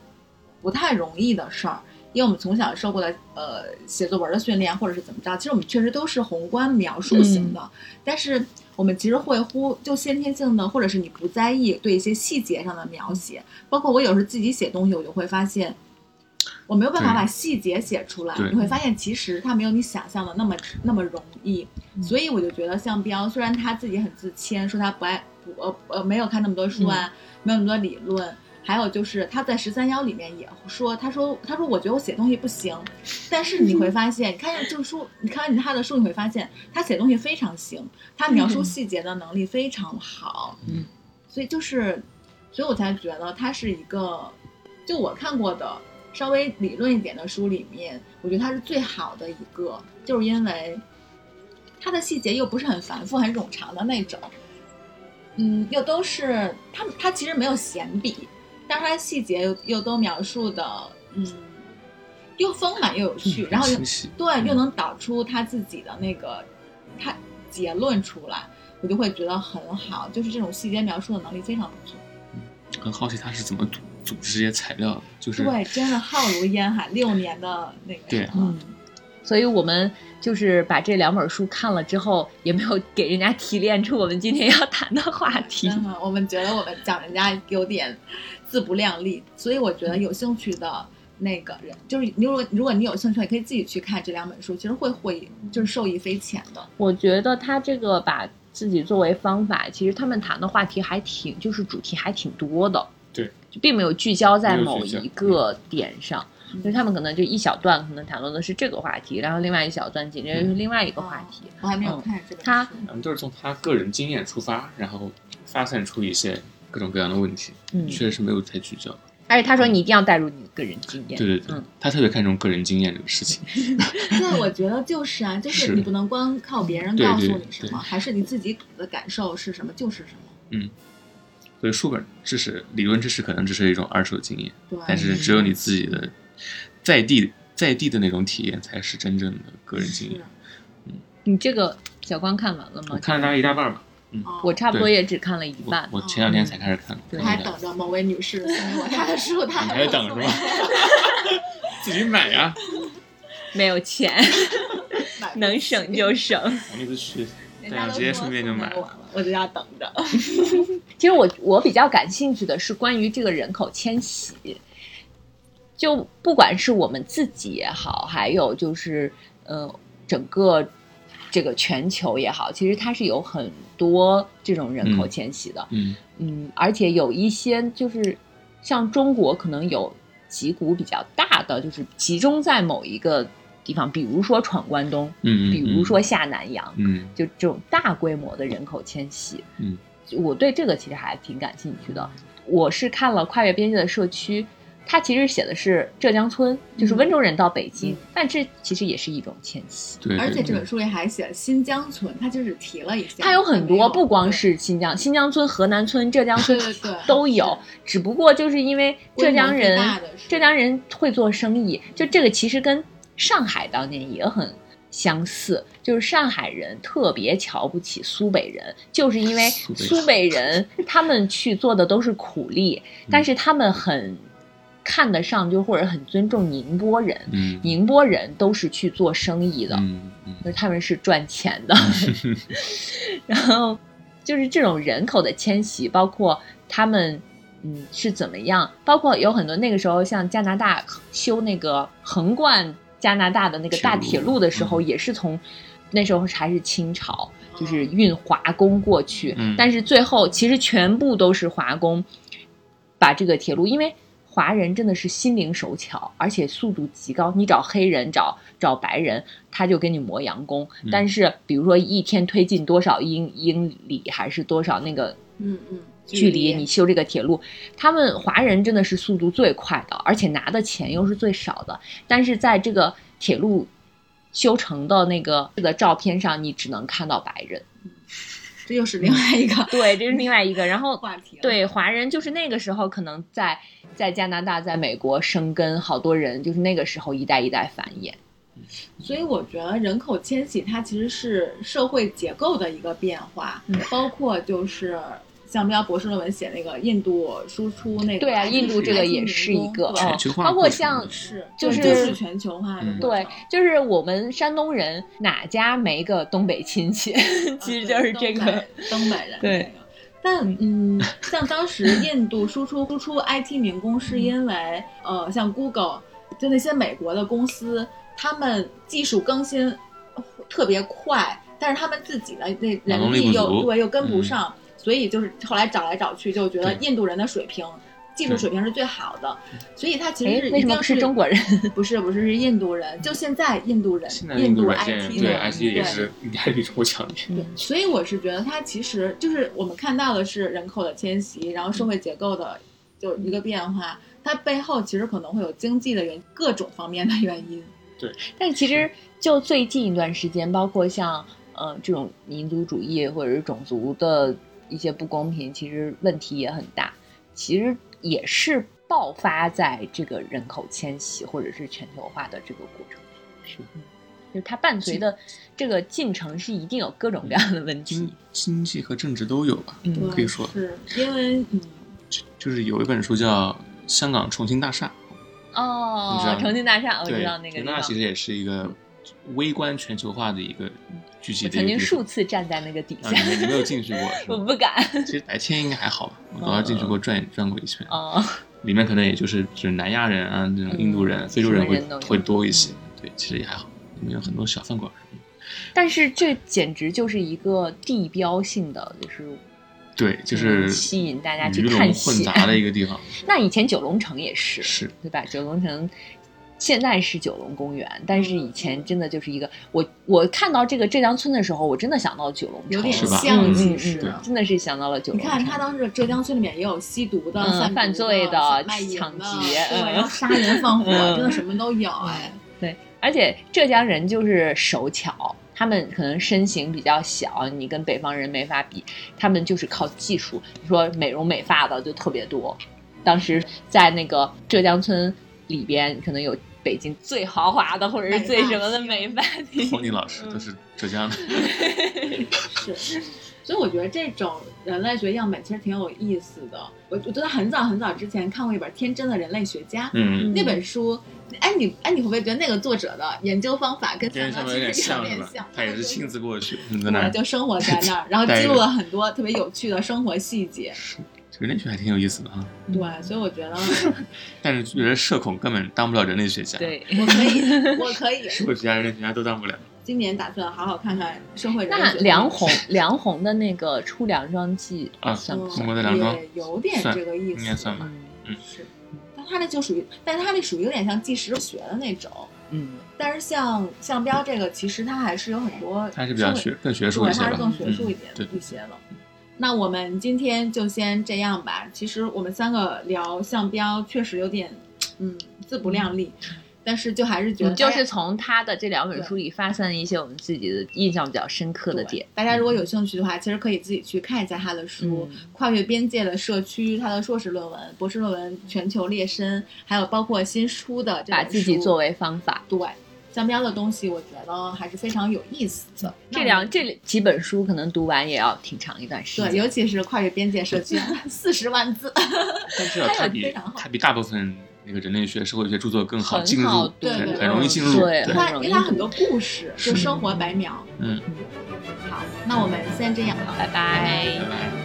Speaker 1: 不太容易的事儿，因为我们从小受过的呃写作文的训练，或者是怎么着，其实我们确实都是宏观描述型
Speaker 3: 嗯
Speaker 1: 的，但是我们其实会忽就先天性的，或者是你不在意对一些细节上的描写。包括我有时候自己写东西，我就会发现。我没有办法
Speaker 3: 对
Speaker 1: 把细节写出来，
Speaker 3: 对
Speaker 1: 你会发现其实它没有你想象的那么那么容易。所以我就觉得项彪虽然他自己很自谦，说他不爱不呃呃没有看那么多书啊，没有那么多理论，还有就是他在十三幺里面也说，他说他说我觉得我写东西不行，但是你会发现，你看这个书，你看完你他的书，你会发现他写东西非常行，他描述细节的能力非常好，
Speaker 3: 嗯，
Speaker 1: 所以就是，所以我才觉得他是一个，就我看过的稍微理论一点的书里面，我觉得他是最好的一个，就是因为他的细节又不是很繁复、很冗长的那种，嗯，又都是他他其实没有闲笔，但是他细节又又都描述的，嗯，又丰满又有趣，然后又
Speaker 3: 嗯清晰，
Speaker 1: 对，又能导出他自己的那个他结论出来，我就会觉得很好，就是这种细节描述的能力非常不错。
Speaker 3: 很好奇他是怎么组组织这些材料的，就是
Speaker 1: 对，真的浩如烟海，六年的那个
Speaker 3: 对
Speaker 1: 什么
Speaker 2: 嗯，所以我们就是把这两本书看了之后，也没有给人家提炼出我们今天要谈的话题。
Speaker 1: 真 的，我们觉得我们讲人家有点自不量力，所以我觉得有兴趣的那个人，就是你如果如果你有兴趣，也可以自己去看这两本书，其实会会就是受益匪浅的。
Speaker 2: 我觉得他这个把自己作为方法，其实他们谈的话题还挺，就是主题还挺多的，
Speaker 3: 对，
Speaker 2: 就并没有聚焦在
Speaker 3: 没有
Speaker 2: 某
Speaker 3: 聚焦
Speaker 2: 一个点上。
Speaker 1: 嗯
Speaker 2: 就是他们可能就一小段可能谈论的是这个话题，然后另外一小段紧接着就是另外一个话题。
Speaker 1: 我还没有看这本书，
Speaker 2: 他
Speaker 3: 咱们都是从他个人经验出发，然后发散出一些各种各样的问题，
Speaker 2: 嗯，
Speaker 3: 确实没有太聚焦。
Speaker 2: 而且他说你一定要带入你的个人经验。
Speaker 3: 对对对
Speaker 2: 嗯，
Speaker 3: 他特别看重个人经验这个事情。
Speaker 1: 对，我觉得就是啊，就是
Speaker 3: 是
Speaker 1: 你不能光靠别人
Speaker 3: 对
Speaker 1: 告诉
Speaker 3: 对
Speaker 1: 你什
Speaker 3: 对
Speaker 1: 么，还是你自己的感受是什么就是什么。
Speaker 3: 所以书本知识、理论知识可能只是一种二手经验，
Speaker 1: 对，
Speaker 3: 但是只有你自己的在地在地的那种体验才是真正的个人经验
Speaker 1: 是。
Speaker 2: 你这个小光看完了吗
Speaker 3: 我？看了大概一大半吧，
Speaker 1: 哦
Speaker 2: 我差不多
Speaker 3: 对
Speaker 2: 也只看了一半
Speaker 3: 我。我前两天才开始看，
Speaker 2: 对
Speaker 1: 我还等着某位女士送给我她的书，她
Speaker 3: 你
Speaker 1: 还
Speaker 3: 还在等 是
Speaker 1: 什
Speaker 3: 吧？自己买 呀！
Speaker 2: 没有钱，
Speaker 1: 么？
Speaker 2: 能省就省。
Speaker 3: 我那次去，
Speaker 1: 人家
Speaker 3: 对啊
Speaker 1: 都
Speaker 3: 直接
Speaker 1: 说
Speaker 3: 顺便就
Speaker 1: 送给
Speaker 3: 买
Speaker 1: 我了，我就要等着。
Speaker 2: 其实我我比较感兴趣的是关于这个人口迁徙，就不管是我们自己也好，还有就是呃整个这个全球也好，其实它是有很多这种人口
Speaker 3: 嗯
Speaker 2: 迁徙的，
Speaker 3: 嗯，
Speaker 2: 嗯，而且有一些就是像中国可能有几股比较大的，就是集中在某一个地方，比如说闯关东，
Speaker 3: 嗯嗯
Speaker 2: 比如说下南洋，
Speaker 3: 嗯
Speaker 2: 就这种大规模的人口迁徙，
Speaker 3: 嗯，
Speaker 2: 我对这个其实还挺感兴趣的。我是看了《跨越边界的社区》，它其实写的是浙江村，就是温州人到北京，
Speaker 1: 嗯
Speaker 2: 但这其实也是一种迁徙。
Speaker 3: 对，
Speaker 1: 而且
Speaker 3: 对
Speaker 1: 这
Speaker 3: 对
Speaker 1: 本书里还写新疆村，他就是提了一下，
Speaker 2: 它有很
Speaker 1: 没
Speaker 2: 多，不光是新疆、新疆村、河南村、浙江
Speaker 1: 对
Speaker 2: 村
Speaker 1: 对对
Speaker 2: 都有，只不过就是因为浙江
Speaker 1: 规模最
Speaker 2: 人
Speaker 1: 大的是
Speaker 2: 浙江人会做生意，就这个其实跟上海当年也很相似，就是上海人特别瞧不起苏北人，就是因为
Speaker 3: 苏北
Speaker 2: 苏北人他们去做的都是苦力，
Speaker 3: 嗯
Speaker 2: 但是他们很看得上就或者很尊重宁波人，
Speaker 3: 嗯
Speaker 2: 宁波人都是去做生意的，
Speaker 3: 嗯嗯
Speaker 2: 就是他们是赚钱的， 然后就是这种人口的迁徙，包括他们嗯是怎么样，包括有很多那个时候像加拿大修那个横贯加拿大的那个大铁
Speaker 3: 铁路
Speaker 2: 路的时候，
Speaker 3: 嗯
Speaker 2: 也是从那时候还是清朝，就是运华工过去，
Speaker 3: 嗯
Speaker 2: 但是最后其实全部都是华工把这个铁路，因为华人真的是心灵手巧，而且速度极高。你找黑人，找找白人，他就给你磨洋工。
Speaker 3: 嗯
Speaker 2: 但是比如说一天推进多少英英里，还是多少那个
Speaker 1: 嗯嗯
Speaker 2: 距离，你修这个铁路，他们华人真的是速度最快的，而且拿的钱又是最少的。但是在这个铁路修成的那个的照片上，你只能看到白人。
Speaker 1: 这又是另外一个
Speaker 2: 对，这是另外一个。然后
Speaker 1: 话题了。
Speaker 2: 对华人，就是那个时候可能在在加拿大、在美国生根，好多人就是那个时候一代一代繁衍。
Speaker 1: 所以我觉得人口迁徙它其实是社会结构的一个变化，
Speaker 2: 嗯
Speaker 1: 包括就是像喵博士论文写那个印度输出那个，
Speaker 2: 对啊，印度这个也是一个，
Speaker 1: 对
Speaker 2: 嗯
Speaker 3: 全球化
Speaker 2: 包括
Speaker 3: 过程
Speaker 2: 像
Speaker 3: 中
Speaker 1: 是
Speaker 2: 就
Speaker 1: 对
Speaker 2: 是
Speaker 1: 这是全球化的
Speaker 3: 嗯
Speaker 1: 过
Speaker 2: 对
Speaker 1: 程，
Speaker 2: 就是我们山东人哪家没个东北亲戚，
Speaker 1: 啊
Speaker 2: 其实就是这个。
Speaker 1: 东北人
Speaker 2: 对
Speaker 1: 那个。但嗯，像当时印度输出输出 IT 民工，
Speaker 2: 嗯
Speaker 1: 是因为呃，像 Google 就那些美国的公司，他们技术更新呃特别快，但是他们自己的
Speaker 2: 啊
Speaker 1: 那
Speaker 3: 劳动
Speaker 1: 人
Speaker 3: 力
Speaker 1: 力
Speaker 3: 不
Speaker 1: 又
Speaker 3: 足
Speaker 1: 对又跟不
Speaker 3: 嗯
Speaker 1: 上，所以就是后来找来找去，就觉得
Speaker 3: 对
Speaker 1: 印度人的水平。技术
Speaker 3: 对
Speaker 1: 水平是最好的，所以他其
Speaker 2: 哎
Speaker 1: 实是，
Speaker 2: 为
Speaker 1: 一
Speaker 2: 什么
Speaker 1: 定
Speaker 2: 不是中国人？
Speaker 1: 不是不是是印度人，就现在印度人，
Speaker 3: 现在印度软件
Speaker 1: IT
Speaker 3: 对
Speaker 1: 人
Speaker 3: IT 也是应该比中国强一点。
Speaker 2: 嗯
Speaker 1: 对，所以我是觉得它其实就是我们看到的是人口的迁徙，然后社
Speaker 2: 嗯
Speaker 1: 会结构的就一个变化，它背后其实可能会有经济的原各种方面的原因。
Speaker 2: 但其实就最近一段时间，包括像呃这种民族主义或者是种族的一些不公平，其实问题也很大，其实也是爆发在这个人口迁徙或者是全球化的这个过程。
Speaker 3: 是
Speaker 2: 嗯，就是它伴随的这个进程是一定有各种各样的问题
Speaker 3: 经。经济和政治都有吧，
Speaker 2: 嗯，
Speaker 3: 可以说
Speaker 1: 是因为嗯，
Speaker 3: 就就是有一本书叫《香港重庆大厦嗯你知道
Speaker 2: 哦，
Speaker 3: 吗
Speaker 2: 重庆大厦，》，我
Speaker 3: 对
Speaker 2: 知道那，个地
Speaker 3: 那
Speaker 2: 方。
Speaker 3: 其实也是一个微观全球化的一个聚集
Speaker 2: 我
Speaker 3: 的一
Speaker 2: 曾
Speaker 3: 个地
Speaker 2: 经
Speaker 3: 方。
Speaker 2: 数次站在那个底
Speaker 3: 啊，
Speaker 2: 下，
Speaker 3: 你没你没有进去 过是
Speaker 2: 我
Speaker 3: 吗？
Speaker 2: 不哦敢。
Speaker 3: 其实白天应该还好吧，我早上进去过转转过一圈，
Speaker 2: 哦，
Speaker 3: 里面可能也就是就是南亚人啊，这种印度人、
Speaker 2: 嗯
Speaker 3: 非洲人会
Speaker 2: 什么人都有嗯
Speaker 3: 会多一些，对，其实也还好，里面有很多小饭馆，
Speaker 2: 但是这简直就是一个地标性的，就是
Speaker 3: 对，就是
Speaker 2: 嗯吸引大家去
Speaker 3: 鱼龙
Speaker 2: 探
Speaker 3: 混
Speaker 2: 险
Speaker 3: 杂的一个地方，
Speaker 2: 那以前九龙城也是，
Speaker 3: 是
Speaker 2: 对吧？九龙城现在是九龙公园，但是以前真的就是一个我我看到这个浙江村的时候，我真的想到九龙城，
Speaker 1: 有点
Speaker 3: 是吧
Speaker 1: 像
Speaker 2: 嗯
Speaker 1: 其
Speaker 2: 嗯
Speaker 1: 实。啊
Speaker 2: 嗯，真的是想到了九
Speaker 1: 你
Speaker 2: 龙城。
Speaker 1: 看，它当时浙江村里面也有吸毒的、
Speaker 2: 嗯
Speaker 1: 贩毒
Speaker 2: 犯罪的
Speaker 1: 的、卖淫
Speaker 2: 抢
Speaker 1: 的
Speaker 2: 劫
Speaker 1: 对
Speaker 2: 嗯
Speaker 1: 然后杀人放火，
Speaker 2: 嗯
Speaker 1: 真的什么都有哎。
Speaker 2: 对，而且浙江人就是手巧，他们可能身形比较小，你跟北方人没法比，他们就是靠技术。你说美容美发的就特别多，当时在那个浙江村里边，可能有北京最豪华的或者是最什么的美发
Speaker 3: 托
Speaker 2: 厅。
Speaker 3: 尼老师都是浙江的，
Speaker 1: 是，所以我觉得这种人类学样本其实挺有意思的。我我觉得很早很早之前看过一本《天真的人类学家》
Speaker 3: 嗯，
Speaker 1: 那本书，哎你哎你会不会觉得那个作者的研究方法跟
Speaker 3: 跟
Speaker 1: 上
Speaker 3: 上面有
Speaker 1: 面
Speaker 3: 点
Speaker 1: 其实有
Speaker 3: 像
Speaker 1: 点
Speaker 3: 是
Speaker 1: 像
Speaker 3: 吧？？他也是亲自过去，你在那
Speaker 1: 对，
Speaker 2: 嗯
Speaker 3: 儿
Speaker 1: 就生活在那儿，然后记录了很多特别有趣的生活细节。
Speaker 3: 人类学还挺有意思的啊，
Speaker 1: 对，所以我觉得
Speaker 3: 但是觉得社恐根本当不了人类学家，，
Speaker 2: 对，
Speaker 1: 我可以， 我可以
Speaker 3: 社会学家、人类学家都当不了。
Speaker 1: 今年打算好好看看社会人类
Speaker 2: 那
Speaker 1: 学的
Speaker 2: 梁红梁红的那个出梁庄记
Speaker 3: 啊
Speaker 2: 算不
Speaker 3: 中
Speaker 2: 算？
Speaker 3: 国的梁庄
Speaker 1: 嗯也有点
Speaker 3: 算
Speaker 1: 这个意思，
Speaker 3: 应该算吧
Speaker 2: 嗯
Speaker 1: 是，但他那就属于，但是他那属于有点像纪实学的那种。
Speaker 2: 嗯，
Speaker 1: 但是像像标这个，其实它还是有很多，
Speaker 3: 他还是比较学更学术一
Speaker 1: 对，
Speaker 3: 些
Speaker 1: 它
Speaker 3: 吧，
Speaker 1: 是更学术一点、
Speaker 3: 嗯对，
Speaker 1: 一些了。那我们今天就先这样吧。其实我们三个聊项标确实有点，嗯，自不量力，
Speaker 3: 嗯
Speaker 1: 但是就还是觉
Speaker 2: 我
Speaker 1: 得
Speaker 2: 们嗯就
Speaker 1: 大家
Speaker 2: 是从他的这两本书里发散一些我们自己的印象比较深刻的
Speaker 1: 对
Speaker 2: 点。
Speaker 1: 大家
Speaker 3: 嗯
Speaker 1: 如果有兴趣的话，其实可以自己去看一下他的书，
Speaker 2: 嗯
Speaker 1: 跨越边界的社区》，他的硕士论文、博士论文《全球列申》，还有包括新出的这
Speaker 2: 把
Speaker 1: 本
Speaker 2: 自己
Speaker 1: 书
Speaker 2: 作为方法。
Speaker 1: 对商标的东西，我觉得还是非常有意思的。
Speaker 2: 这两这几本书可能读完也要挺长一段时
Speaker 1: 对，
Speaker 2: 间。
Speaker 1: 尤其是跨越边界社 区，四十万字，
Speaker 3: 但至少
Speaker 1: 他
Speaker 3: 它
Speaker 1: 有非
Speaker 3: 比
Speaker 1: 常好
Speaker 3: 它比大部分那个人类学、社会学著作更好
Speaker 2: 很
Speaker 3: 进
Speaker 2: 好
Speaker 3: 入，
Speaker 2: 读
Speaker 1: 对对
Speaker 3: 很
Speaker 1: 对
Speaker 3: 很容易进入。
Speaker 2: 对
Speaker 1: 它因
Speaker 2: 容易
Speaker 1: 为它很多故事，就是生活白描。
Speaker 3: 嗯，
Speaker 1: 好，那我们先这样。
Speaker 2: 拜拜
Speaker 3: 拜拜。